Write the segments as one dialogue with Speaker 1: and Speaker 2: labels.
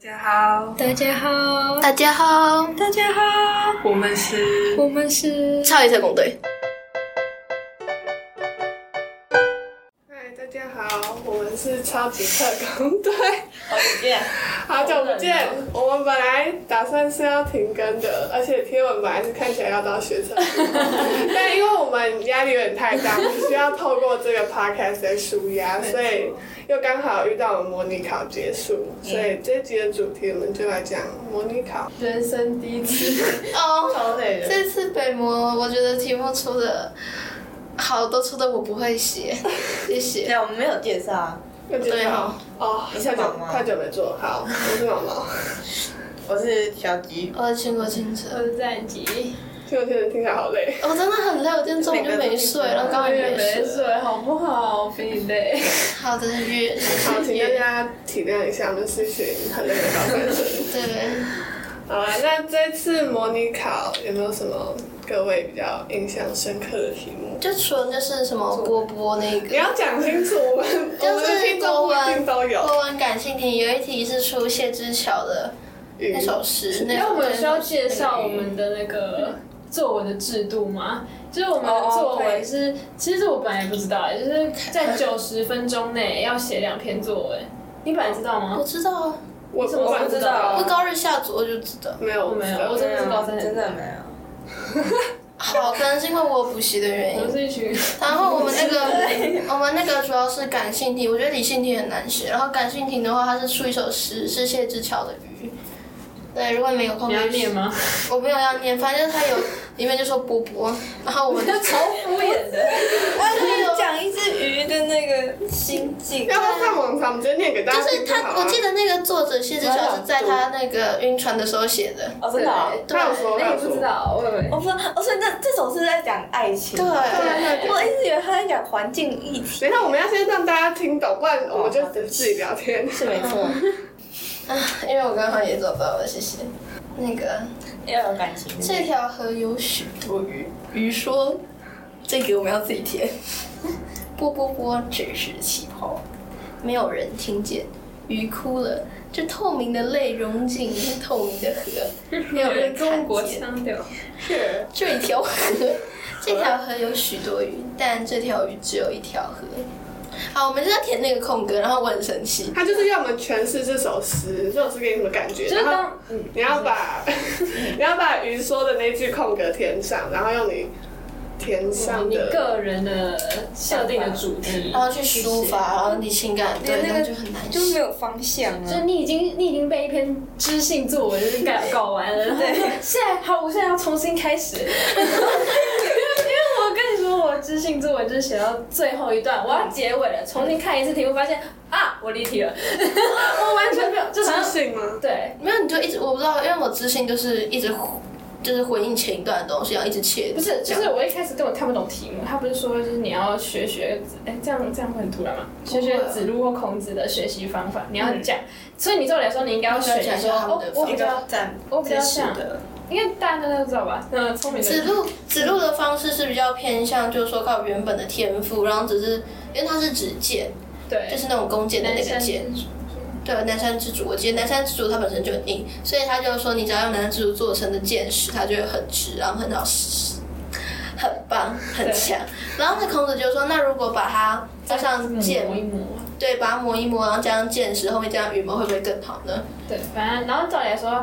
Speaker 1: 大家好，
Speaker 2: 大家好，
Speaker 3: 大家好，
Speaker 1: 大家好，我们是
Speaker 2: 我们是
Speaker 3: 超级特工队。
Speaker 1: 嗨，大家好，我们是超级特工队，
Speaker 4: 好久不见，
Speaker 1: 好久不见。我们本来打算是要停更的，而且贴文本来是看起来要到学 生，但因为我们压力有点太大，我们需要透过这个 podcast 来舒压，所以又刚好遇到我们模拟考结束，
Speaker 4: 嗯
Speaker 1: 所以这集的主题我们就来讲模拟考。
Speaker 4: 人生第一次，
Speaker 3: 哦，
Speaker 4: 超累的。
Speaker 3: 这次北模我觉得题目出的好多出的我不会写，谢
Speaker 4: 对
Speaker 3: 谢。
Speaker 4: 啊，我们没有介绍啊。
Speaker 1: 那就
Speaker 3: 对
Speaker 1: 好
Speaker 3: 哦
Speaker 1: 哦，
Speaker 4: 你是
Speaker 1: 太久
Speaker 4: 毛毛
Speaker 1: 太久没做，好，我是毛毛。
Speaker 4: 我是小吉，
Speaker 3: 我的全国清晨，
Speaker 5: 我是战机，
Speaker 1: 听我听着听起来好累。
Speaker 3: 我真的很累，我今天中午就没睡，然后刚
Speaker 5: 我
Speaker 3: 刚也
Speaker 5: 也没
Speaker 3: 没睡。
Speaker 5: 睡，好不好？我比你累。
Speaker 3: 好的，月，
Speaker 1: 好，请大家体谅一下，我们是一群很累的高材生。
Speaker 3: 对，
Speaker 1: 好了，那这次模拟考有没有什么各位比较印象深刻的题目？
Speaker 3: 就除了就是什么波波那
Speaker 1: 你
Speaker 3: 个。
Speaker 1: 要讲清楚，我们
Speaker 3: 就
Speaker 1: 我们的
Speaker 3: 是
Speaker 1: 听
Speaker 3: 国
Speaker 1: 众不一
Speaker 3: 文，
Speaker 1: 定都有。
Speaker 3: 国文感性题有一题是出谢之桥的
Speaker 1: 语
Speaker 3: 那首诗，那
Speaker 5: 那我们需要介绍
Speaker 4: 那个
Speaker 5: 我们的那个作文的制度吗？就是我们的作
Speaker 4: 哦哦对
Speaker 5: 文是，其实我本来也不知道，就是在九十分钟内要写两篇作文。你本来知道
Speaker 3: 我
Speaker 5: 吗？
Speaker 3: 知道啊，
Speaker 1: 我
Speaker 5: 什么
Speaker 1: 管
Speaker 4: 我不知道
Speaker 3: 不高日下左我就知道。
Speaker 1: 没有，
Speaker 5: 我没有
Speaker 1: 不
Speaker 5: 我
Speaker 1: 知道
Speaker 5: 真的是高三
Speaker 4: 嗯真的没有。
Speaker 3: 好，可能是因为我有补习的原
Speaker 5: 我
Speaker 3: 因
Speaker 5: 们。是一群，
Speaker 3: 然后我们那个，我们那个主要是感性题，我觉得理性题很难写。然后感性题的话，它是出一首诗，是谢之桥的《鱼》。对，如果你们有空
Speaker 5: 你
Speaker 3: 就
Speaker 5: 要
Speaker 3: 去
Speaker 5: 念？吗？
Speaker 3: 我没有要念，反正它有里面就说波波，然后我 们就从，
Speaker 4: 敷衍的，我跟你讲一只鱼的那个心境。
Speaker 1: 要不要上网查？我们直接念给大
Speaker 3: 就
Speaker 1: 家
Speaker 3: 是
Speaker 1: 听就好
Speaker 5: 啊
Speaker 3: 他，
Speaker 1: 了。
Speaker 3: 我记得那个作者谢之桥是在他那个晕船的时候写的。
Speaker 4: 哦，真的啊。
Speaker 3: 对
Speaker 1: 他有说，他
Speaker 5: 那
Speaker 1: 有
Speaker 5: 你不知
Speaker 1: 说。
Speaker 5: 道，我以为。
Speaker 4: 我不知道，哦，所以这这首是在讲爱情。
Speaker 3: 对
Speaker 4: 我一直以为他在讲环境议题。
Speaker 1: 等一下，我们要先让大家听懂，不然我们就
Speaker 4: 哦好对
Speaker 1: 自
Speaker 4: 不起
Speaker 1: 己聊天。
Speaker 4: 是没错，
Speaker 3: 啊， 因为我刚好也找到了，谢谢。那个
Speaker 4: 要有感情。
Speaker 3: 这条河有许多鱼，鱼说
Speaker 4: 这个我们要自己填。
Speaker 3: 波波波只是气泡，没有人听见。鱼哭了，这透明的泪融进透明的 河，没有人
Speaker 5: 中
Speaker 3: 看
Speaker 5: 国
Speaker 3: 见。
Speaker 5: 腔调，
Speaker 1: 是，
Speaker 3: 这条河，这条河有许多鱼，但这条鱼只有一条河。好，我们就在填那个空格，然后我很生气。
Speaker 1: 他就是要我们诠释这首诗，这首诗给你什么感觉？
Speaker 5: 就是
Speaker 1: 然后
Speaker 5: 当嗯
Speaker 1: 你要 把你要把鱼说的那句空格填上，然后用你填上
Speaker 5: 你
Speaker 1: 的。
Speaker 5: 个人的设定的主题
Speaker 3: 然，后去抒发，然后你情感对，那就很难
Speaker 4: 就
Speaker 3: 写
Speaker 4: 没。有方向
Speaker 5: 就
Speaker 4: 啊。
Speaker 5: 你已经你已经被一篇知性作文就是搞搞 完了，然后
Speaker 4: 对
Speaker 5: 现在好，我现在要重新开始。 因为我跟你说，我知性作文就是写到最后一段，我要结尾了，重新看一次题目，发现啊，我离题了， 我完全没有，就
Speaker 1: 知
Speaker 5: 好像
Speaker 1: 性吗？
Speaker 5: 对，
Speaker 3: 没有，你就一直我不知道，因为我知性就是一直就是回应前一段的东西，然后一直切。
Speaker 5: 不是，就是我一开始根本看不懂题目，他不是说就是你要学学，哎，这样这样会很突然吗？学学子路或孔子的学习方法，你要讲，所以你照理来说，你应该要选
Speaker 3: 嗯要讲一下
Speaker 5: 说，
Speaker 3: 他们
Speaker 5: 哦
Speaker 3: 的，
Speaker 5: 我
Speaker 3: 方
Speaker 5: 比较，
Speaker 4: 站
Speaker 5: 我比较
Speaker 4: 姿势
Speaker 5: 像
Speaker 4: 的，
Speaker 5: 因为大家都知道吧，嗯，聪明的人
Speaker 3: 指路指路的方式是比较偏向，就是说靠原本的天赋，然后只是因为它是指剑，
Speaker 5: 对，
Speaker 3: 就是那种弓箭的那个
Speaker 5: 男
Speaker 3: 箭
Speaker 5: 生。
Speaker 3: 对，南山之主，我记得南山之主它本身就很硬，所以他就说你只要用南山之主做成的箭矢，它就会很直，然后很好使，很棒，很
Speaker 5: 对
Speaker 3: 强。然后那孔子就说，那如果把它加上箭
Speaker 5: 磨，一磨。
Speaker 3: 对，把它磨一磨，然后加上箭矢，后面加上羽毛，会不会更好呢？
Speaker 5: 对，反正然后照理来说，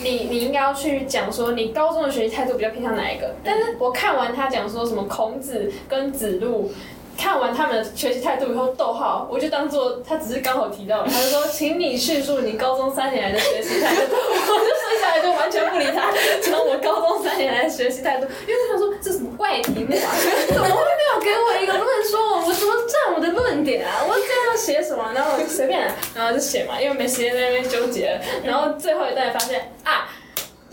Speaker 5: 你你应该要去讲说你高中的学习态度比较偏向哪一个。但是我看完他讲说什么孔子跟子路。看完他们的学习态度以后，逗号，我就当做他只是刚好提到了，他就说，请你叙述你高中三年来的学习态度。我就剩下来就完全不理他，讲我高中三年来的学习态度，因为他想说这什么怪题目啊，怎么会没有给我一个论说，我怎么站我的论点啊？我这样要写什么？然后我就随便、然后就写嘛，因为没时间在那边纠结。然后最后一段发现啊，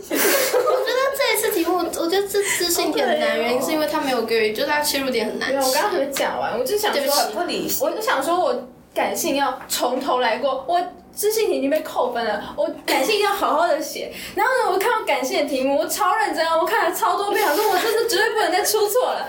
Speaker 3: 我觉得这一次题目，我觉得这自信点很难，原因是因为它没有给予，就是它切入点很难
Speaker 5: 哦没有，我
Speaker 3: 写
Speaker 5: 刚刚还没讲完，我就想
Speaker 3: 对不
Speaker 5: 说
Speaker 3: 起
Speaker 4: 很，不理性。
Speaker 5: 我就想说我感性要从头来过，我。知性题已经被扣分了，我感性要好好的写。然后呢，我看到感性的题目，我超认真，我看了超多遍，我说我这次绝对不能再出错了。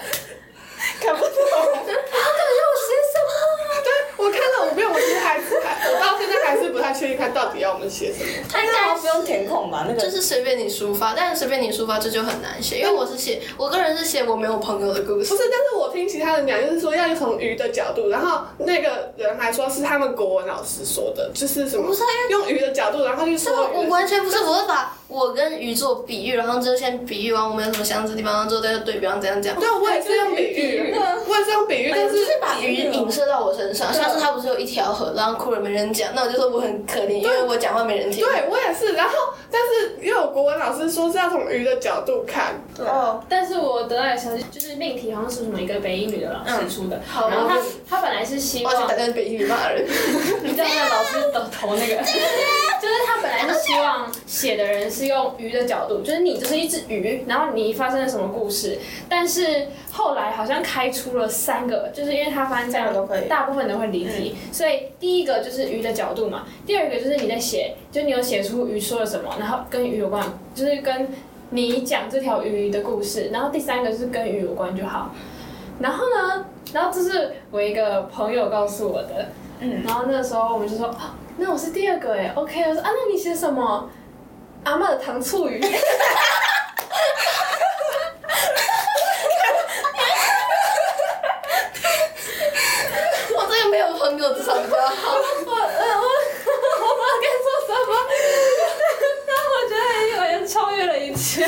Speaker 4: 看不懂。
Speaker 5: 啊他到底要我写什么？
Speaker 1: 对，我看了五遍，我其实还是还我到现在还是不太确定他到底要我们写什么。
Speaker 4: 他应该不用填空吧？那个
Speaker 3: 就是随便你抒发，但是随便你抒发这就很难写，因为我是写我个人是写我没有朋友的故事
Speaker 1: 不，是，但是我听其他人讲，就是说要从鱼的角度，然后那个人还说是他们国文老师说的，就是什么
Speaker 3: 不是啊
Speaker 1: 用鱼的角度，然后就
Speaker 3: 这个
Speaker 1: 说
Speaker 3: 我完全不是，我会把我跟鱼做比喻，然后就先比喻完我们有什么相似的地方，然后之后再对比，然后怎样怎样。
Speaker 1: 对，我也是用比喻，我也是用比喻，但
Speaker 3: 就是是
Speaker 5: 啊
Speaker 3: 把鱼影射到我身上，像是它不是有一条河，然后哭了没人讲，那我就说我很可怜，因为我讲话没人听。
Speaker 1: 对我也是，然后但是因为我国文老师说是要从鱼的角度看，
Speaker 4: 哦，
Speaker 5: 但是我得到的消息就是命题好像是什么一个北一女的老师出的，
Speaker 3: 好
Speaker 5: 然后他
Speaker 3: 我
Speaker 5: 他本来是希
Speaker 3: 我要去
Speaker 5: 望
Speaker 3: 打算比喻骂 人。
Speaker 5: 你知道那个老师抖头那个，就是他本来是希望写的人是用鱼的角度，就是你就是一只鱼，然后你发生了什么故事，但是后来好像开出了三个，就是因为他发现这样
Speaker 4: 都可以嗯
Speaker 5: 大部分都会离题，所以第一个就是鱼的角度嘛，第二个就是你在写，就你有写出鱼说了什么，然后跟鱼有关，就是跟你讲这条鱼的故事，然后第三个就是跟鱼有关就好。然后呢，然后这是我一个朋友告诉我的，
Speaker 4: 嗯，
Speaker 5: 然后那时候我们就说，啊那我是第二个哎，OK，我说啊，那你写什么？阿嬷的糖醋鱼。
Speaker 3: 我这个没有朋友，至少比较好。
Speaker 5: 我 呃我我不知道该说什么， 然后我觉得有人超越了一切。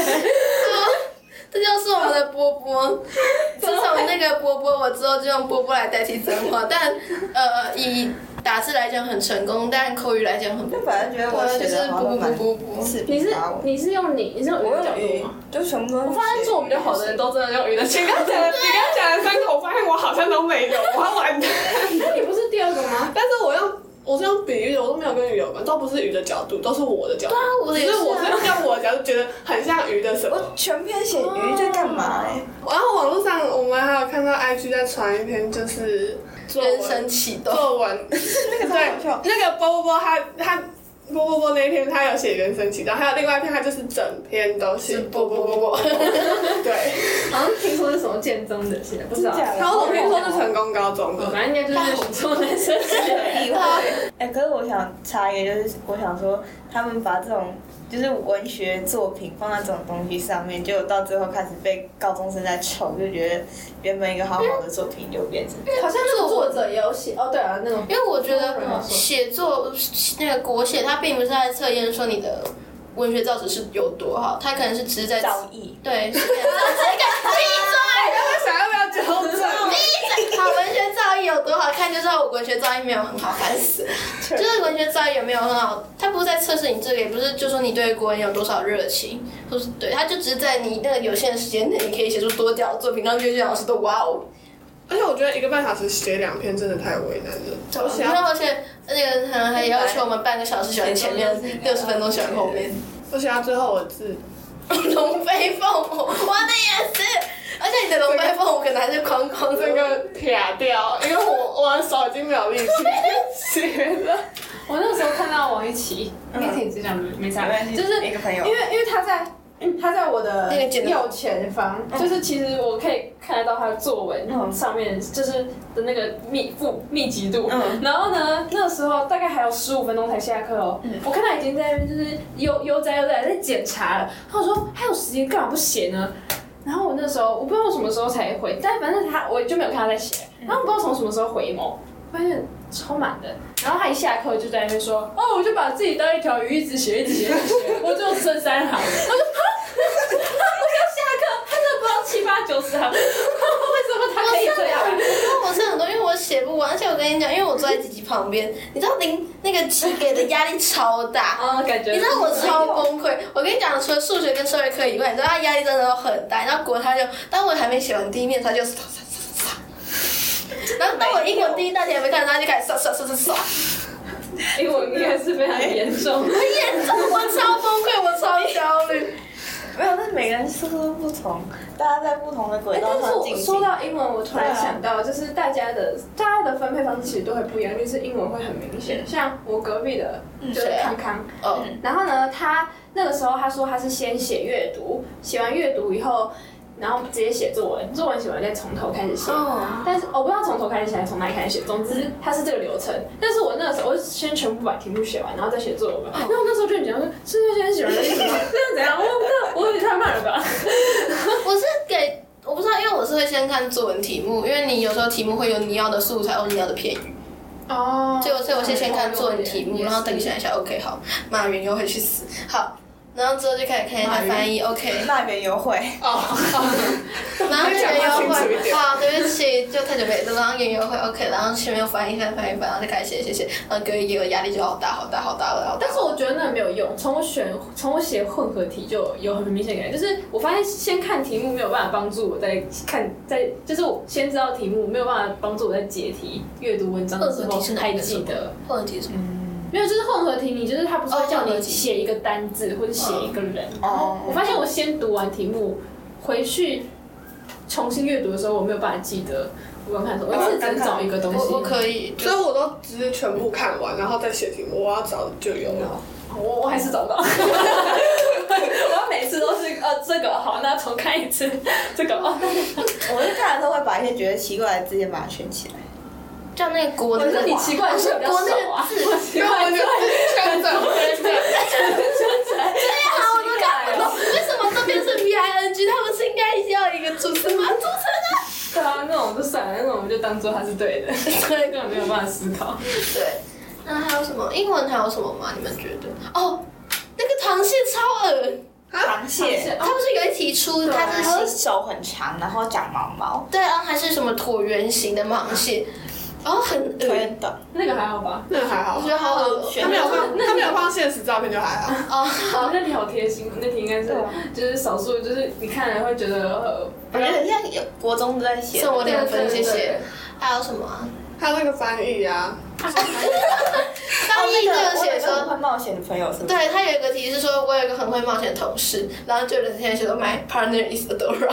Speaker 3: 这就是我们的波 波。自从那个波波，我之后就用波波来代替脏话，但呃，以打字来讲很成功，但口语来讲很不
Speaker 4: 啊就。反正觉得我
Speaker 3: 就
Speaker 4: 写
Speaker 3: 是
Speaker 4: 的好
Speaker 3: 波
Speaker 4: 像
Speaker 3: 波
Speaker 4: 蛮
Speaker 3: 波波。
Speaker 4: 是
Speaker 5: 你是
Speaker 4: 我
Speaker 5: 你是用你你是用鱼
Speaker 4: 我
Speaker 5: 的角
Speaker 4: 用
Speaker 5: 度
Speaker 4: 鱼
Speaker 5: 吗？，
Speaker 4: 就全部都是写。
Speaker 5: 我发现做我比较好的人都真的用鱼的角
Speaker 1: 你刚
Speaker 5: 度。
Speaker 1: 讲的你刚讲的三个，我发现我好像都没有，我要完蛋。
Speaker 5: 那你不是第二个吗？
Speaker 1: 但是我用我是用比喻的，我都没有跟鱼有关，都不是鱼的角度，都是我的角度。
Speaker 3: 啊，我的
Speaker 1: 只
Speaker 3: 也是
Speaker 1: 是我
Speaker 3: 啊。
Speaker 1: 是用我的角度觉得很像鱼的什么。
Speaker 4: 我全篇写鱼在干嘛？哎，
Speaker 1: 然后网络上我们还有看到 IG 在传一篇就是作文
Speaker 3: 人生启动。
Speaker 1: 作文，
Speaker 4: 那个超好笑。
Speaker 1: 对，那个波波波他他波波波那一篇他有写原声启动，还有另外一篇他就是整篇都写波波波波， 对，
Speaker 5: 好像听说是什么建中的，现在不知道。
Speaker 4: 假的
Speaker 1: 然后我听说是成功高中
Speaker 3: 哦
Speaker 1: 的，
Speaker 5: 反正应该就是做男生写的。
Speaker 4: 意 外。哎、可是我想插一个，就是我想说，他们把这种就是文学作品放在这种东西上面，就到最后开始被高中生在臭，就觉得原本一个好好的作品就变成
Speaker 5: 好像那个作者也有 写哦，对啊，那种
Speaker 3: 因为我觉得
Speaker 5: 嗯
Speaker 3: 写作那个国写，它并不是在测验说你的文学造诣是有多好，它可能是只是在
Speaker 4: 造诣。
Speaker 3: 对，是这样
Speaker 1: 他
Speaker 3: 闭
Speaker 1: 想要不要纠正？
Speaker 3: 嘴， 闭嘴！好，文学造诣有多好看，就知道我文学造诣没有很好，烦死。就是文学造诣有没有很好，它不是在测试你这个，也不是就说你对国文有多少热情，或是对，它就只是在你那个有限的时间内，你可以写出多屌的作品，让阅卷老师都哇哦。
Speaker 1: 而且我觉得一个半小时写两篇真的太为难了，我想
Speaker 3: 然
Speaker 1: 要
Speaker 3: 后而且那个可能还要求我们半个小时写完前面，六十分钟写完后面。
Speaker 1: 我想要最后我字
Speaker 3: 龙飞凤舞，我的也是，而且你的龙飞凤舞可能还是框框
Speaker 1: 这个撇掉，因为我我的手已经没有力气写了。
Speaker 5: 我那时候看到王一琦，
Speaker 4: 嗯
Speaker 5: 一琦是这样没啥
Speaker 4: 没关系
Speaker 5: 就是
Speaker 4: 一个朋友
Speaker 5: 因为因为他在。他在我的
Speaker 3: 那个简单
Speaker 5: 右前方，就是其实我可以看得到他的作文
Speaker 4: 嗯
Speaker 5: 上面就是的那个密复密集度。
Speaker 4: 嗯
Speaker 5: 然后呢，那时候大概还有十五分钟才下课哦，
Speaker 4: 嗯
Speaker 5: 我看他已经在那边就是悠悠哉悠哉地在检查了。然后我说还有时间干嘛不写呢？然后我那时候我不知道我什么时候才回，但反正他我就没有看他在写。
Speaker 4: 嗯
Speaker 5: 然后我不知道从什么时候回眸，发现超满的。然后他一下课就在那边说：“哦，我就把自己当一条鱼，一直写，一直写，一直写， 我就剩三行。”我就 哈，我刚下课，他真的不知道七八九十行，为什么他可以这样？
Speaker 3: 我是很多，因为我写不完，而且我跟你讲，因为我坐在吉吉旁边，你知道零那个吉给的压力超 大。
Speaker 5: 啊，感觉
Speaker 3: 你知道我超崩溃，我跟你讲，除了数学跟社会课以外，你知道他压力真的都很大。然后国他就，当我还没写完第一面，他就唰唰唰唰唰，然后当我英文第一大题还没看，他就开始唰唰唰唰唰，
Speaker 5: 因为我应该是非常严重。
Speaker 3: 很严重，我超崩溃，我超焦虑。
Speaker 4: 没有，但每个人速度都不同，大家在不同的轨
Speaker 5: 哎
Speaker 4: 道
Speaker 5: 但是
Speaker 4: 上
Speaker 5: 我
Speaker 4: 进
Speaker 5: 说
Speaker 4: 行。
Speaker 5: 到英文，我突然想到，就是大家的大家的分配方式其实都会不一样，就是英文会很明显。像我隔壁的就是
Speaker 3: 谁啊
Speaker 5: 康康，
Speaker 3: 哦，
Speaker 5: 然后呢，他那个时候他说他是先写阅读，写完阅读以后，然后直接写作文，作文写完再从头开始写。
Speaker 3: 哦，
Speaker 5: 但是我不知道从头开始写还是从哪里开始写，总之它是这个流程。但是我那个时候我就先全部把题目写完，然后再写作文嘛。然后我那时候就很紧张，说是不是先写完再写吗？ 这样怎样？我那我有点太慢了吧？
Speaker 3: 我是给我不知道，因为我是会先看作文题目，因为你有时候题目会有你要的素材或者你要的片语，
Speaker 5: 哦
Speaker 3: 所以我所以我先先看作文题目，然后等想一下，OK，好，马云又会去死，好。然后之后就开始看一下翻 译，OK，
Speaker 4: 骂人优惠，
Speaker 1: 哦，
Speaker 3: 然后那个
Speaker 1: 讲话
Speaker 3: 优
Speaker 1: 清楚一
Speaker 3: 惠，
Speaker 1: 点
Speaker 3: 啊，对不起，就太久没录，然后演员会 OK，然后前面又翻译翻译翻译翻译，然后就开始写写写，然后隔一个压力就好大好大好大了。好大
Speaker 5: 但是我觉得那没有用。从我选，从我写混合题就有很明显感觉，就是我发现先看题目没有办法帮助我在看，在就是我先知道题目没有办法帮助我在解题、阅读文章的时
Speaker 3: 混合题是
Speaker 5: 候
Speaker 3: 哪一
Speaker 5: 还
Speaker 3: 个
Speaker 5: 记得。
Speaker 3: 或者题什么？
Speaker 5: 没有，就是混合题，你就是他不是会叫
Speaker 3: 哦混合
Speaker 5: 你
Speaker 3: 题
Speaker 5: 写一个单字或者写一个人。
Speaker 4: 哦
Speaker 5: 我发现我先读完题目，回去重新阅读的时候，我没有办法记得我刚看什么，我一次只能找一个东西。
Speaker 3: 我我可以，
Speaker 1: 所以我都只是全部看完，然后再写题目，我要找就有 了。
Speaker 5: 我我还是找不到，我要每次都是呃这个好，那重看一次这个哦。
Speaker 4: 我是看的时候会把一些觉得奇怪的字先把它圈起来。
Speaker 3: 叫那个国
Speaker 5: 可
Speaker 3: 的那
Speaker 5: 是
Speaker 3: 个
Speaker 5: 你
Speaker 3: 哇，
Speaker 5: 奇怪的
Speaker 3: 我是
Speaker 5: 是比较
Speaker 3: 国那
Speaker 5: 少
Speaker 3: 个
Speaker 5: 啊，
Speaker 3: 字。
Speaker 5: 我奇
Speaker 1: 因为我
Speaker 5: 怪
Speaker 1: 就
Speaker 5: 的
Speaker 1: 是圈整圈整，
Speaker 3: 啊，我都看不懂，为什么这边是 P I N G？他们是应该要一个主词吗？主词
Speaker 5: 对啊，那种就算了，那种我们就当做它是对 的，根本没有办法思考。
Speaker 3: 呢？对。那还有什么？英文还有什么吗？你们觉得？哦，那个螃蟹超恶，
Speaker 4: 螃
Speaker 5: 哦
Speaker 4: 蟹，
Speaker 3: 它不是有一题出它是
Speaker 4: 它的手很长，然后长毛毛，
Speaker 3: 对啊，还是什么椭圆形的螃蟹，然后很
Speaker 4: 腿
Speaker 3: 恶
Speaker 4: 很短。
Speaker 5: 那个还好吧？
Speaker 1: 那还好
Speaker 3: 我觉。得好恶
Speaker 1: 他没有放，他没有放现实照片就还好。
Speaker 3: 哦，
Speaker 5: 哦，那题好贴心，那题应该是
Speaker 4: 对啊
Speaker 5: 就是少数，就是你看了会觉得呃
Speaker 4: 我觉得很像有国中都在写的。
Speaker 3: 送我两分，谢。
Speaker 5: 对啊对对
Speaker 3: 谢。还有什么啊？
Speaker 1: 还有那个翻译啊，
Speaker 3: 翻译这哦个写
Speaker 4: 哦我有一个
Speaker 3: 说，
Speaker 4: 会冒险的朋友是不是？
Speaker 3: 对他有一个题是说，我有一个很会冒险的同事，然后就有人现在写说，My partner is Adora。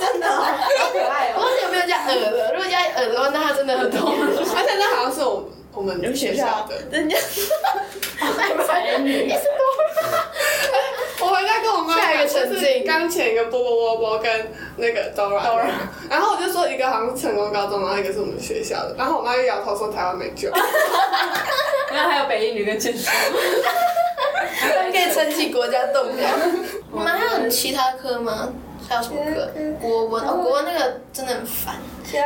Speaker 4: 真 的哦。
Speaker 5: 好可爱
Speaker 3: 我
Speaker 5: 哦。
Speaker 3: 忘记有没有加耳了，呃如果加耳的话，那他真的很痛。
Speaker 1: 而且那好像是我们我们学校的。
Speaker 4: 人家
Speaker 3: My partner is Adora。
Speaker 1: 我回家跟我妈
Speaker 3: 下一个沉
Speaker 1: 就是
Speaker 3: 浸
Speaker 1: 刚前一个波波波波跟那个 Dora，,
Speaker 4: Dora
Speaker 1: 然后我就说一个好像是成功高中，然后一个是我们学校的，然后我妈就摇头说台湾哦没救。
Speaker 5: 然后还有北一女跟建 筑，
Speaker 3: 可以撑起国家栋梁。你们还有其他科吗？还有什么科？
Speaker 5: 嗯
Speaker 3: 国文哦，国文那个真的很烦。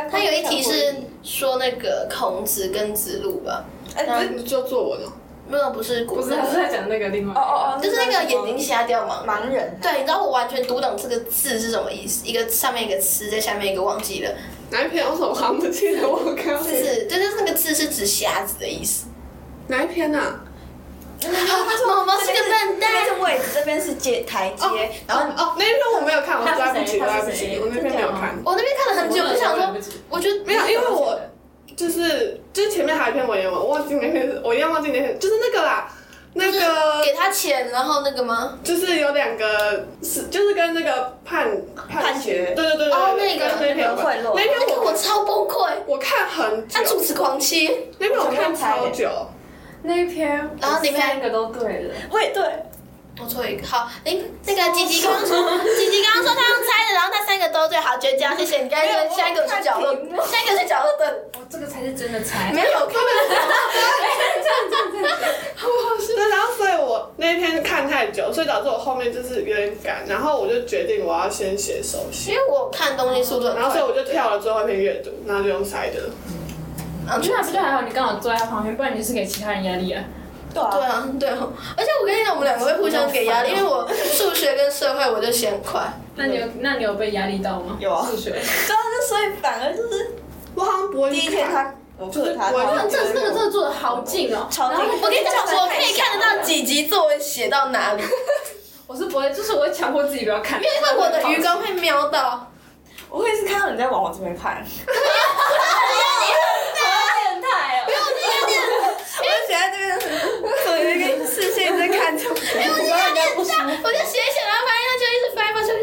Speaker 3: 他有一题是说那个孔子跟子路吧？
Speaker 4: 哎，不是
Speaker 1: 你做作文哦，
Speaker 3: 没有，不是国
Speaker 5: 不
Speaker 3: 文
Speaker 5: 是，他是在讲那个另外一
Speaker 4: 哦
Speaker 5: 个。
Speaker 4: 哦哦，
Speaker 3: 就是那个眼睛瞎掉嘛。
Speaker 4: 盲人。
Speaker 3: 对，你知道我完全读懂这个字是什么意思，一个上面一个词，在下面一个忘记了。
Speaker 1: 哪一篇？哦我怎么好像不记得我刚刚
Speaker 3: 字，对，就是那个字是指瞎子的意思。
Speaker 1: 哪一篇啊？
Speaker 3: 毛毛是个笨
Speaker 4: 这边
Speaker 3: 蛋。
Speaker 4: 是位置，这边是阶台阶，然
Speaker 1: 哦
Speaker 4: 后
Speaker 1: 哦，那一篇我没有看，我实在不及，我
Speaker 5: 他
Speaker 1: 来
Speaker 5: 是谁
Speaker 1: 不及，我
Speaker 5: 他是谁
Speaker 1: 那篇没有看。
Speaker 3: 我那边看了很久，我就想
Speaker 5: 我也
Speaker 3: 说
Speaker 5: 不，记
Speaker 3: 我觉得
Speaker 1: 没有因为我就是就是前面还有一篇文言文，我忘记那篇是，我一样忘记那篇，就是那个啦，那
Speaker 3: 就是
Speaker 1: 个
Speaker 3: 给他钱，然后那个吗？
Speaker 1: 就是有两个是就是跟那个判
Speaker 4: 判决
Speaker 1: 对对对对
Speaker 3: 哦
Speaker 1: 对
Speaker 3: 那个
Speaker 1: 跟那篇有关
Speaker 4: 那个贿赂
Speaker 1: 那
Speaker 3: 那
Speaker 1: 篇
Speaker 3: 个
Speaker 1: 我
Speaker 3: 我超崩溃，
Speaker 1: 我看很久
Speaker 3: 他，主持狂切，
Speaker 1: 那篇我看超久，
Speaker 5: 那一篇，
Speaker 3: 然后你看
Speaker 5: 三个都对了，
Speaker 4: 喂对，啊
Speaker 3: 我错一个。好，诶，那个吉吉刚 刚说，吉吉刚刚说他用猜的，然后那三个都对，好绝交，谢谢你。刚才那个下一个我是角落，下一个是角落的，
Speaker 5: 哦，这个才是真的猜。
Speaker 3: 没有看。
Speaker 1: 对，然后所以我那天看太久，所以导致我后面就是有点赶，然后我就决定我要先写手
Speaker 3: 因
Speaker 1: 写，
Speaker 3: 为我看东西速度很
Speaker 1: 然后所以
Speaker 3: 快，
Speaker 1: 我就跳了最后一篇阅读，然后就用猜的了。
Speaker 3: 然后
Speaker 5: 我觉得还不就还好，你刚好坐在他旁边，不然你就是给其他人压力啊。
Speaker 4: 对啊
Speaker 3: 对，啊，对啊，而且我跟你讲，我们两个会互相给压力，因为我数学跟社会我就嫌快，
Speaker 5: 那你有那你有被压力到吗？
Speaker 4: 有啊
Speaker 5: 数学。
Speaker 4: 对啊，就所以反而就是
Speaker 1: 我好像不会
Speaker 4: 第一
Speaker 1: 去
Speaker 4: 天
Speaker 1: 看，
Speaker 4: 他，我克他，
Speaker 1: 就是我
Speaker 5: 那
Speaker 4: 他
Speaker 5: 这个那个真的做的好近哦，
Speaker 4: 超近
Speaker 5: 然后
Speaker 3: 我跟你讲，我可以看得到几集作文写到哪里，因
Speaker 5: 我是不会，就是我会强迫自己不要看，因
Speaker 3: 为 我 的鱼。缸会瞄到。
Speaker 4: 我会是看到你在往我这边看，
Speaker 5: 好变态哦！
Speaker 4: 我就写在这边，我有一个视线在看着我，我刚刚在不舒服。
Speaker 3: 我就写一写，然后发现他就一直翻翻，就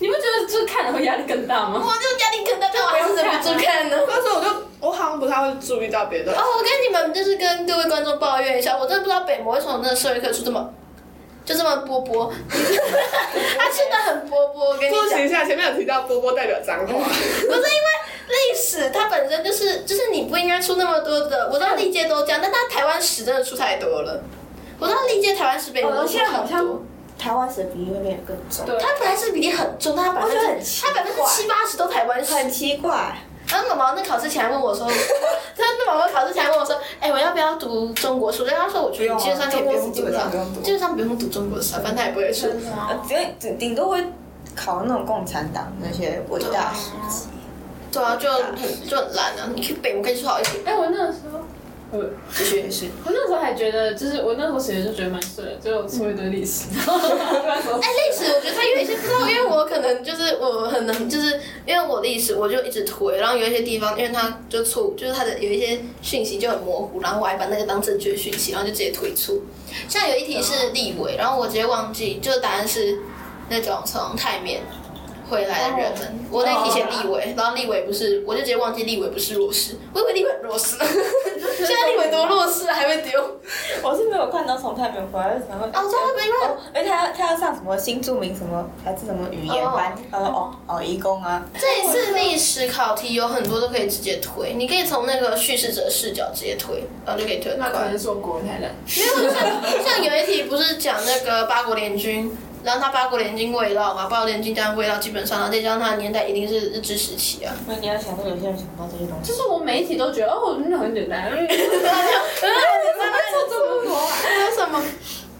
Speaker 5: 你不觉得就是看了会压力更大吗？
Speaker 3: 我就压力更大，但我还是忍不住看呢。
Speaker 1: 但是我就我好像不太会注意到别的
Speaker 3: 哦哦，。我跟你们就是跟各位观众抱怨一下，我真的不知道北模为什么那个社会课出这么就这么波波， 他真的很波波，我跟你
Speaker 1: 复
Speaker 3: 讲
Speaker 1: 习一。下，哦前面有提到波波代表脏 话，
Speaker 3: 不是因为历史它本身就是就是你不应该出那么多的，我知道历届都这样，但它台湾史真的出太多了。我知道历届台湾史比例
Speaker 5: 哦
Speaker 3: 都出
Speaker 5: 现在好
Speaker 3: 很
Speaker 5: 像
Speaker 3: 多，
Speaker 4: 台湾史的比例会变得更 重，
Speaker 5: 对，
Speaker 3: 它本来是比例很重，但它百
Speaker 4: 我觉得很
Speaker 3: 分之
Speaker 4: 奇
Speaker 3: 它百分之
Speaker 4: 怪
Speaker 3: 七八十都台湾史。
Speaker 4: 很奇怪。
Speaker 3: 然后毛毛那考试前还问我说， 他那毛毛考试前还问我说，哎、我要不要读中国书？但他说我觉得基本上可以啊不用读了，
Speaker 4: 用
Speaker 3: 基本上不用读中国史啊，反正他也不会出。
Speaker 4: 呃，只有顶顶多会考那种共产党那些伟大事迹。
Speaker 3: 对啊，就很就很烂啊！你去北，我跟你说好一点，
Speaker 5: 哎，我那个时候。我我
Speaker 4: 其实也 是，
Speaker 5: 那时候还觉得，就是我那时候写的就觉得蛮顺的，就出一堆历 史。哎
Speaker 3: 哎，历史我觉得它有一些不知道，因为我可能就是我很能，就是因为我历史我就一直推，然后有一些地方因为它就错，就是它的有一些讯息就很模糊，然后我还把那个当正确讯息，然后就直接推出。像有一题是立委，然后我直接忘记，就是答案是那种从泰缅回来的人们。我那题写立委，然后立委不是，我就直接忘记立委不是弱势，我以为立委很弱势，现在立委多弱势啊，还会丢。
Speaker 4: 哦我是没有看到从泰缅回来，然后
Speaker 3: 哦，对啊，没办法
Speaker 4: 哦，而且他要他要上什么新著名什么还是什么语言班，呃哦哦，义工啊，
Speaker 3: 这一次历史考题有很多都可以直接推，你可以从那个叙事者视角直接推，然后就可以推很
Speaker 5: 那可
Speaker 3: 快
Speaker 5: 能。是我国文太烂。
Speaker 3: 因为像像有一题不是讲那个八国联军，然后他八国联军围绕嘛，八国联军这样围绕基本上，然后再加上他的年代一定是日治时期啊，
Speaker 4: 那你要想到有些人想不到这些东西
Speaker 5: 就。是我每一题都觉得哦，那很简 单。嗯做这么多啊？
Speaker 3: 还有什么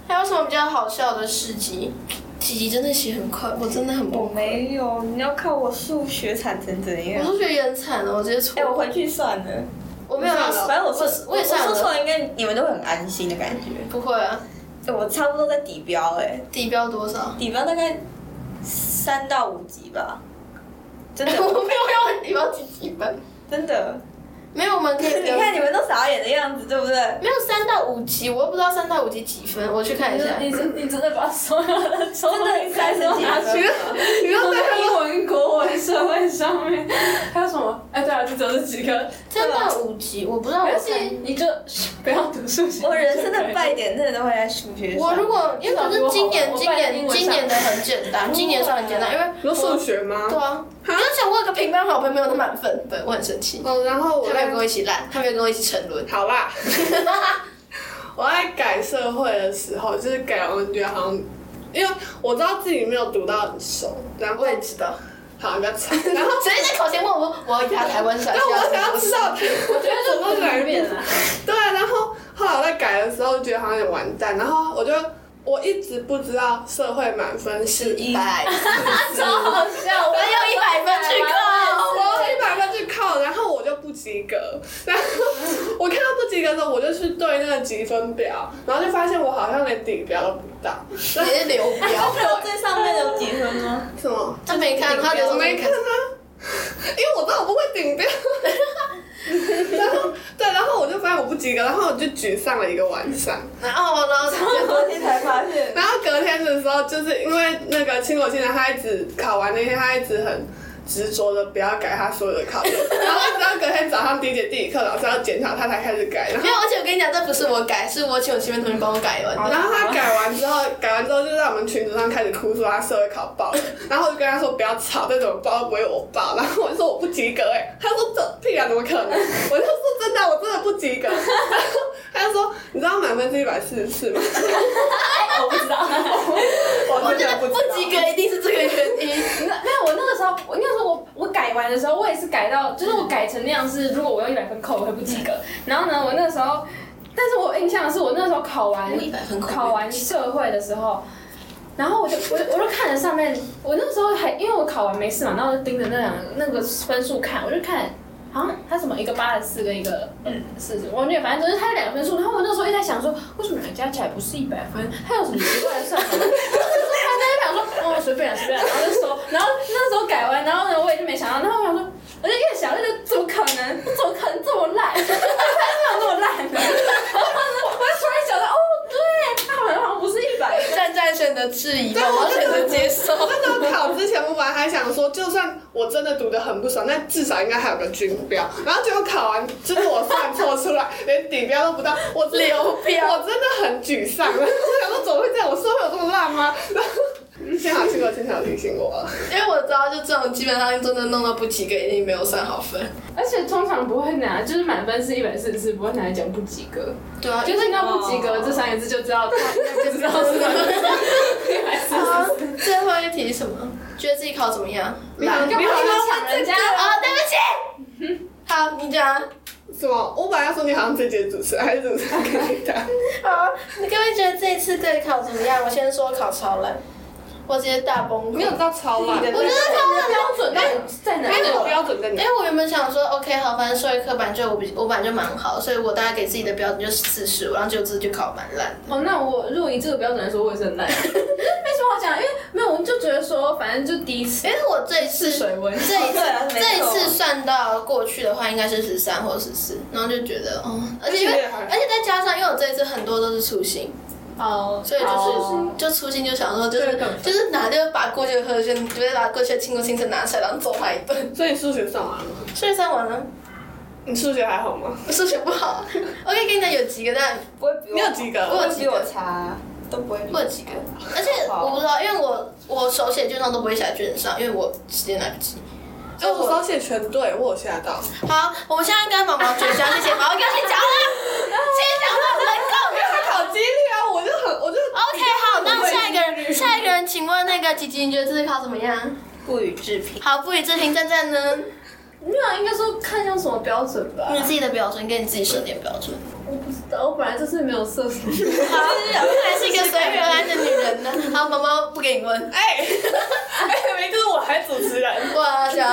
Speaker 3: 还有什么比较好笑的事迹？几集真的写很快，我真的很
Speaker 4: 我
Speaker 3: 崩溃，
Speaker 4: 没有，你要看我数学惨成怎
Speaker 3: 我
Speaker 4: 样。
Speaker 3: 数学也很惨了，我直接错，
Speaker 4: 哎、我回去算了，
Speaker 3: 我没有要，
Speaker 4: 反正我说
Speaker 3: 我也算
Speaker 4: 说错
Speaker 3: 了，
Speaker 4: 了，应该你们都会很安心的感觉。
Speaker 3: 不会啊，
Speaker 4: 哎我差不多在底标哎、
Speaker 3: 底标多少？
Speaker 4: 底标大概三到五级吧，真
Speaker 3: 我
Speaker 4: 的
Speaker 3: 没有要底标几几分，
Speaker 4: 真的。
Speaker 3: 没有，我们可以
Speaker 4: 你
Speaker 3: 聊
Speaker 4: 看你们都傻眼的样子，对不对？
Speaker 3: 没有三到五级，我又不知道三到五级几分，我去看一下。
Speaker 5: 你真你真的把所有的真
Speaker 4: 真的三十几分
Speaker 5: 你说在英文、国文、社会上面，还有什么？哎，对啊，就只有这几个。
Speaker 3: 三到五级，我不知道我
Speaker 5: 而
Speaker 3: 看
Speaker 5: 且。你就 不要读数学。
Speaker 4: 我人生的 败点真的都会在数学上。
Speaker 3: 我如果因为可是今年
Speaker 5: 我
Speaker 3: 今
Speaker 5: 办英
Speaker 3: 年
Speaker 5: 文上
Speaker 3: 今年的很简单，今年算很简单，因为
Speaker 1: 有数学
Speaker 3: 我
Speaker 1: 吗
Speaker 3: 对？啊，你就想我有个平班好朋友没有他满分，对我很生气。
Speaker 1: 哦，然后我
Speaker 3: 他没有
Speaker 1: 在
Speaker 3: 跟我一起烂，他没有跟我一起沉沦。
Speaker 1: 好啦， 我在改社会的时候，就是改完觉得好像，因为我知道自己没有读到很熟，然后
Speaker 3: 我也知道，
Speaker 1: 好不要 吵，然后
Speaker 3: 谁在考前问我，我要给他台湾省。
Speaker 1: 但我想要知道，
Speaker 5: 我觉得
Speaker 1: 我
Speaker 5: 就
Speaker 1: 不
Speaker 5: 不
Speaker 1: 改
Speaker 5: 改
Speaker 1: 变
Speaker 5: 变了。
Speaker 1: 对啊，然后后来我在改的时候觉得好像有点完蛋，然后我就我一直不知道社会满分是
Speaker 3: 一百，
Speaker 5: 超好笑，
Speaker 3: 我要一百分去
Speaker 1: 我
Speaker 3: 考。
Speaker 1: 一百分去考，然后我就不及格。然后我看到不及格的时候，我就去对那个积分表，然后就发现我好像连底标都不到。
Speaker 3: 你是流标，
Speaker 4: 到最上面有几分 吗？
Speaker 1: 什么？
Speaker 3: 他没看，他留
Speaker 1: 我没看啊，因为我知道我不会顶标。 然后对，然后我就发现我不及格，然后我就沮丧了一个晚上。
Speaker 3: 然后然后
Speaker 4: 昨天才发现。
Speaker 1: 然后隔天的时候，就是因为那个亲口亲人，他一直考完那天，他一直很执着的不要改他所有的考卷，然后一直到隔天早上第一节地理课老师要检讨，他才开始改。然后
Speaker 3: 没有，而且我跟你讲，这不是我改，是我请我前面同学帮我改完的。
Speaker 1: 然后他改完之后，改完之后就在我们群组上开始哭说他社会考爆了，然后我就跟他说不要吵，再怎么爆都不会我爆，然后我就说我不及格哎、他说这屁啊怎么可能？我就说真的啊我真的不及格，然 后他就说你知道满分是一百四十四吗？
Speaker 5: 我不知道。
Speaker 1: 我
Speaker 3: 我觉
Speaker 1: 真的
Speaker 3: 得
Speaker 1: 不
Speaker 3: 不
Speaker 1: 知道
Speaker 3: 及格一定是这个原因。
Speaker 5: 那那我那个时候，我应该说我我改完的时候，我也是改到，就是我改成那样是，如果我要一百分扣，我会不及格。然后呢，我那个时候，但是我印象的是我那时候考完
Speaker 3: 我100分扣
Speaker 5: 考完社会的时候。然后我就我就我就看着上面，我那时候还因为我考完没事嘛，然后我就盯着那两那个分数看，我就看好像他什么一个八十四跟一个嗯四十，我忘记了反正就是他有两个分数。然后我那时候一直在想说，为什么两个加起来不是一百分？他有什么奇怪的算法？然后他就想说，哦随便啦随便啦，然后就说，然后那时候改完，然后呢我也就没想到，然后我想说，哎我就越想我就觉得怎么可能，怎么可能这么烂？ 他没有那么烂。然后呢我就突然想到，哦对，他好像不是一百分。
Speaker 3: 战战胜的择质疑，我要选择接受。
Speaker 1: 那时候考之前，我本来还想说，就算我真的读得很不爽，那至少应该还有个均标。然后结果考完，就是我算错出来，连底标都不到，我真的
Speaker 3: 流标
Speaker 1: 我真的很沮丧。然后我想说，怎么会这样？我社会有这么烂吗？ 然后幸好幸好幸好提醒我啊了。
Speaker 3: 因为我知道，就这种基本上真的弄到不及格，一定没有算好分。
Speaker 5: 而且通常不会拿，就是满分是一百四十四，不会拿来讲不及格。
Speaker 3: 对啊，
Speaker 5: 就听到不及格这三个字就知 道他应该不知道是哪个一百四
Speaker 3: 好
Speaker 5: 十四。
Speaker 3: 最后一题是什么？觉得自己考怎么样？
Speaker 1: 你好，
Speaker 5: 你
Speaker 1: 你
Speaker 5: 好
Speaker 1: 好像
Speaker 5: 像抢人家
Speaker 3: 啊、对不起。好，你讲。啊
Speaker 1: 什么？我本来要说你好像这节主持人还是主持人给你 的。
Speaker 3: 好，你各位觉得这一次对考怎么样？我先说考超烂，我直接大崩溃。
Speaker 1: 到超烂
Speaker 4: 你的
Speaker 3: 我觉得超烂
Speaker 5: 哦标准在在哪？
Speaker 1: 那个标准在
Speaker 3: 因
Speaker 1: 哪？
Speaker 3: 为我原本想说，OK，好，反正社会课本就我比我本来就蛮好，所以我大概给自己的标准就是四十五，然后结果自己就考蛮烂的。
Speaker 5: 哦，那我如果以这个标准来说，我也是很烂，没什么好讲，因为没有，我们就觉得说，反正就第一次
Speaker 3: 因为我这一次
Speaker 5: 试水温，
Speaker 3: 这一次、
Speaker 4: 哦对啊没错
Speaker 3: 这一次算到过去的话，应该是十三或十四，然后就觉得，哦，而且因为
Speaker 1: 而且还
Speaker 3: 而且再加上，因为我这一次很多都是粗心，
Speaker 5: 哦，
Speaker 3: 所以就是、
Speaker 5: 好
Speaker 3: 就粗心就想说，就是
Speaker 5: 这个更
Speaker 3: 就是拿就把过去的和弦，直接把过去的清过清晨拿出来，然后揍他一顿。
Speaker 1: 所以你数学上完了吗？
Speaker 3: 所以算完了，
Speaker 1: 你数学还好吗？
Speaker 3: 数学不好，我可以跟你讲有几个，但
Speaker 4: 不会比我
Speaker 1: 你有及格
Speaker 4: 不会比我差，都不会比
Speaker 3: 我有几个，而且我不知道，因为我我手写卷上都不会写卷上，因为我时间来不及。
Speaker 1: 哎，我手写全对，我有吓到。
Speaker 3: 好，我们现在跟毛毛绝交，谢谢毛毛，跟你讲了，先讲到能够。
Speaker 1: 他考几率啊！我就很，我就
Speaker 3: OK，好，那下一个人，下一个人，请问那个吉吉，你觉得这次考怎么样？
Speaker 4: 不予置评。
Speaker 3: 好，不予置评，赞赞呢？
Speaker 5: 没有，啊应该说看用什么标准吧。
Speaker 3: 你自己的标准，给你自己设点标准。
Speaker 5: 我不知道，我本来就是没有设什么。
Speaker 3: 好，看来是一个随遇而安的女人呢。好，毛毛不给你问，
Speaker 1: 哎，哎，没，就是我还主持人。
Speaker 3: 我想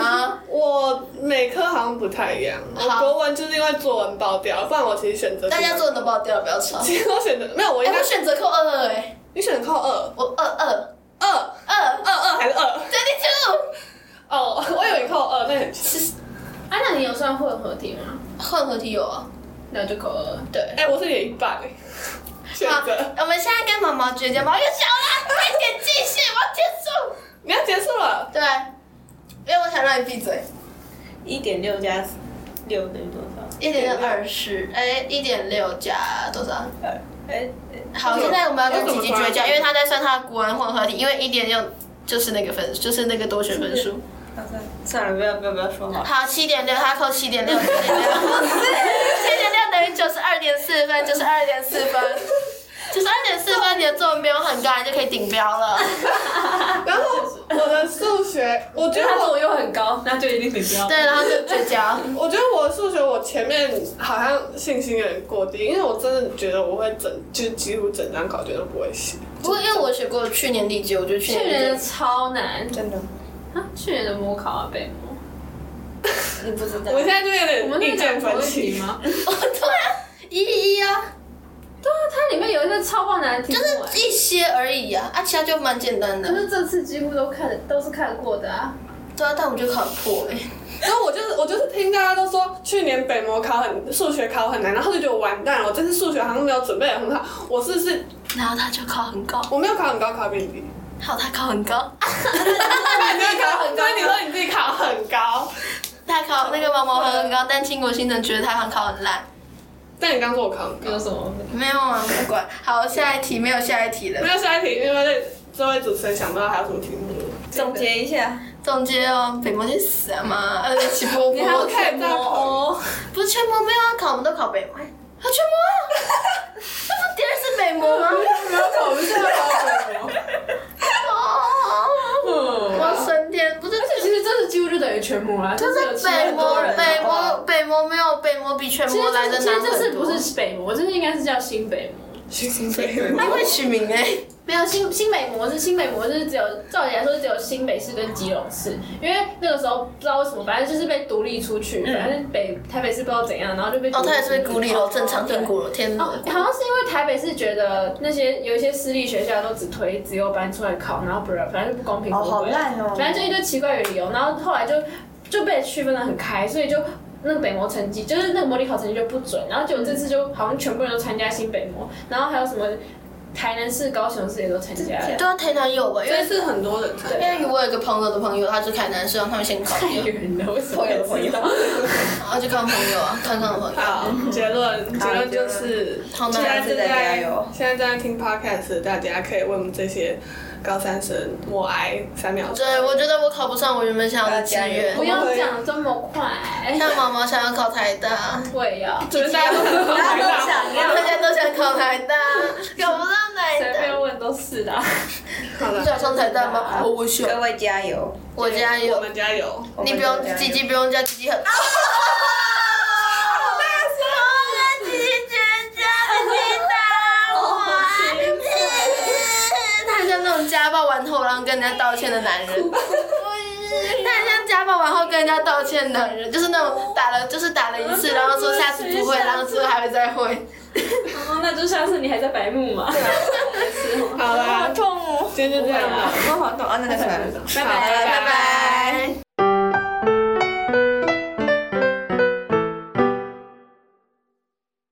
Speaker 3: 啊，
Speaker 1: 我每科好像不太一样，我
Speaker 3: 好
Speaker 1: 国文就是因为作文爆掉，不然我其实选择
Speaker 3: 大家
Speaker 1: 做，
Speaker 3: 做的都爆掉了，不要吵。
Speaker 1: 其实我选择没有，我
Speaker 3: 哎、
Speaker 1: 应该
Speaker 3: 我选择扣二二哎，
Speaker 1: 你选扣二
Speaker 3: 我二二
Speaker 1: 二
Speaker 3: 二
Speaker 1: 二二还是二？
Speaker 3: ，thirty two，
Speaker 1: 哦，我以为你扣二，那很强。
Speaker 5: 啊，那你有算混合题吗？
Speaker 3: 混合题有啊，
Speaker 5: 那就扣二。
Speaker 3: 对。
Speaker 1: 哎，我是你的一半哎，选
Speaker 3: 好
Speaker 1: 择，
Speaker 3: 我们现在跟毛毛绝交，毛毛又小了，快点继续，我要结束。
Speaker 1: 你要结束了。
Speaker 3: 对，因为我想让你闭嘴。
Speaker 4: 一点六加六等于多少？
Speaker 3: 一点二十，哎，一点六加多少？
Speaker 4: 二哎哎
Speaker 3: 好，
Speaker 1: 嗯
Speaker 3: 现在我们要跟
Speaker 1: 要怎
Speaker 3: 琪
Speaker 1: 么
Speaker 3: 琪绝交，
Speaker 1: 算
Speaker 3: 因为他在算他的国文混合题，因为一点六就是那个分，就是那个多选分数。
Speaker 4: 好算了算了，不要不要不要说好了。
Speaker 3: 好，七点六，他扣七点六，七点六，七点六等于九十二点四分，九十二点四分，九十二点四分，你的作文没有很高，你就可以顶标了。
Speaker 1: 然后我的数学，我觉得
Speaker 5: 他
Speaker 1: 我
Speaker 5: 我又很高，那就一定得标。
Speaker 3: 对，然后就绝交。
Speaker 1: 我觉得我的数学我前面好像信心有点过低，因为我真的觉得我会整，就几乎整张考卷都不会写。
Speaker 3: 不过因为我写过去年历届，我觉得去
Speaker 5: 去年
Speaker 3: 年
Speaker 5: 的
Speaker 3: 历届
Speaker 5: 超难
Speaker 4: 真的，
Speaker 5: 啊！去年的模考啊，北模。
Speaker 4: 你不知
Speaker 1: 我
Speaker 4: 道
Speaker 1: 们现在就有
Speaker 5: 我们
Speaker 1: 点意
Speaker 5: 那
Speaker 1: 见
Speaker 5: 讲
Speaker 1: 分
Speaker 5: 问
Speaker 1: 歧
Speaker 5: 题？吗？
Speaker 3: 哦，对啊，一一一啊，
Speaker 5: 对啊，它里面有一个超爆难的题目、
Speaker 3: 就是
Speaker 5: 哎
Speaker 3: 一些而已啊，啊，其他就蛮简单
Speaker 5: 可
Speaker 3: 的。
Speaker 5: 是这次几乎都看都是看过的啊。
Speaker 3: 对啊，但我就考破哎、
Speaker 1: 然后我就是我就是听大家都说去年北模考很数学考很难，然后就觉得我完蛋了，我这次数学好像没有准备的很好，我是不是
Speaker 3: 然后他就考很高，
Speaker 1: 我没有考很高，考比你低？
Speaker 3: 还有他考很 高，啊
Speaker 1: 你没有考很高，所以你说你自己考很高，
Speaker 3: 他考那个毛毛很高，但倾国新城觉得他很考很烂。
Speaker 1: 但你刚说我考很高
Speaker 5: 有，什么？
Speaker 3: 没有啊，不管。好，下一题没有下一题了
Speaker 1: 没。有下一题，因为这位主持人想不到还有什么题目。
Speaker 4: 总结一下，
Speaker 3: 总结哦，北模去死啊妈，二六 七波波。
Speaker 1: 还有看
Speaker 5: 模哦，
Speaker 3: 不是全模没有啊，考我们都考北模。哎啊，全模啊！ 那不第二次北模 吗？
Speaker 1: 没有考不下北模。
Speaker 3: 哦，我
Speaker 5: 嗯。
Speaker 3: 升天不是。
Speaker 5: 而且其实这次几乎就等于全模啦，就
Speaker 3: 就是北模，北模，北模没有北模比全
Speaker 5: 其实
Speaker 3: 模来
Speaker 5: 这
Speaker 3: 的
Speaker 5: 其
Speaker 3: 难
Speaker 5: 实
Speaker 3: 很多。
Speaker 5: 这次不是北模，这次应该是叫新北模。
Speaker 1: 新北模
Speaker 3: 他会取名哎、欸，
Speaker 5: 没有新新北模是新北模是只有照理来说是只有新北市跟基隆市，因为那个时候不知道为什么，反正就是被独立出去，反正北台北市不知道怎样，然后就被
Speaker 3: 嗯哦，他也是被
Speaker 5: 独
Speaker 3: 孤
Speaker 5: 立
Speaker 3: 立
Speaker 5: 出去
Speaker 3: 了，正常听。
Speaker 5: 对
Speaker 3: 鼓了，天哪
Speaker 5: 哦，！好像是因为台北市觉得那些有一些私立学校都只推自由班出来考，然后不然反正就不公平，
Speaker 4: 哦，
Speaker 5: 不
Speaker 4: 好
Speaker 5: 对
Speaker 4: 烂哦。
Speaker 5: 反正就一堆奇怪的理由，然后后来就就被区分的很开，所以就那个北模成绩就是那个模拟考成绩就不准，然后结果这次就好像全部人都参加新北模，然后还有什么。台南市、高雄市也都参加了。
Speaker 3: 对啊，台南有吧？因
Speaker 1: 这
Speaker 3: 为
Speaker 1: 次很多人参加，
Speaker 3: 因为我有一个朋友的朋友，他是台南市，让他们先考
Speaker 5: 太
Speaker 3: 的，
Speaker 5: 远了，为什么
Speaker 4: 朋
Speaker 5: 会
Speaker 4: 友的
Speaker 5: 知道？
Speaker 3: 然后就看朋友啊，看看的朋友，
Speaker 1: 好，结论结论就是，
Speaker 3: 好
Speaker 1: 现在
Speaker 3: 难。
Speaker 1: 正
Speaker 4: 大家加
Speaker 1: 在
Speaker 4: 油
Speaker 1: 现在正在听 podcast，大家可以问这些高三生默哀三秒钟。
Speaker 3: 对，我觉得我考不上我原本想要的志
Speaker 4: 大家
Speaker 3: 愿
Speaker 5: 不，要讲这么 快，
Speaker 3: 像毛毛想要考台大，
Speaker 5: 我也要。
Speaker 1: 就是大家都很好
Speaker 4: 大
Speaker 1: 玩的
Speaker 4: 家都想要
Speaker 3: 大家都想考台 大，考不上台
Speaker 5: 随
Speaker 3: 大。
Speaker 5: 便问都是的。 哦
Speaker 1: 好
Speaker 3: 你
Speaker 1: 了，
Speaker 3: 想上台大吗？我不想，
Speaker 4: 各位加油！
Speaker 3: 我家
Speaker 1: 我
Speaker 3: 有，
Speaker 1: 们加油！
Speaker 4: 我们
Speaker 3: 你不用
Speaker 4: 都加油
Speaker 3: 鸡鸡，不用加鸡鸡很。 他像那种家暴完后然后跟人家道歉的男人，他像家暴完后跟人家道歉的男人，就是那种打了就是打了一次，然后说下次不会，然后之后还会再会。
Speaker 5: 哦，那就像是你还在白目嘛。
Speaker 1: 好啦，
Speaker 4: 痛哦！
Speaker 1: 今天就这样了。
Speaker 4: 我好痛啊！那那那那。
Speaker 5: 拜
Speaker 1: 好拜
Speaker 5: 拜。
Speaker 3: 拜拜。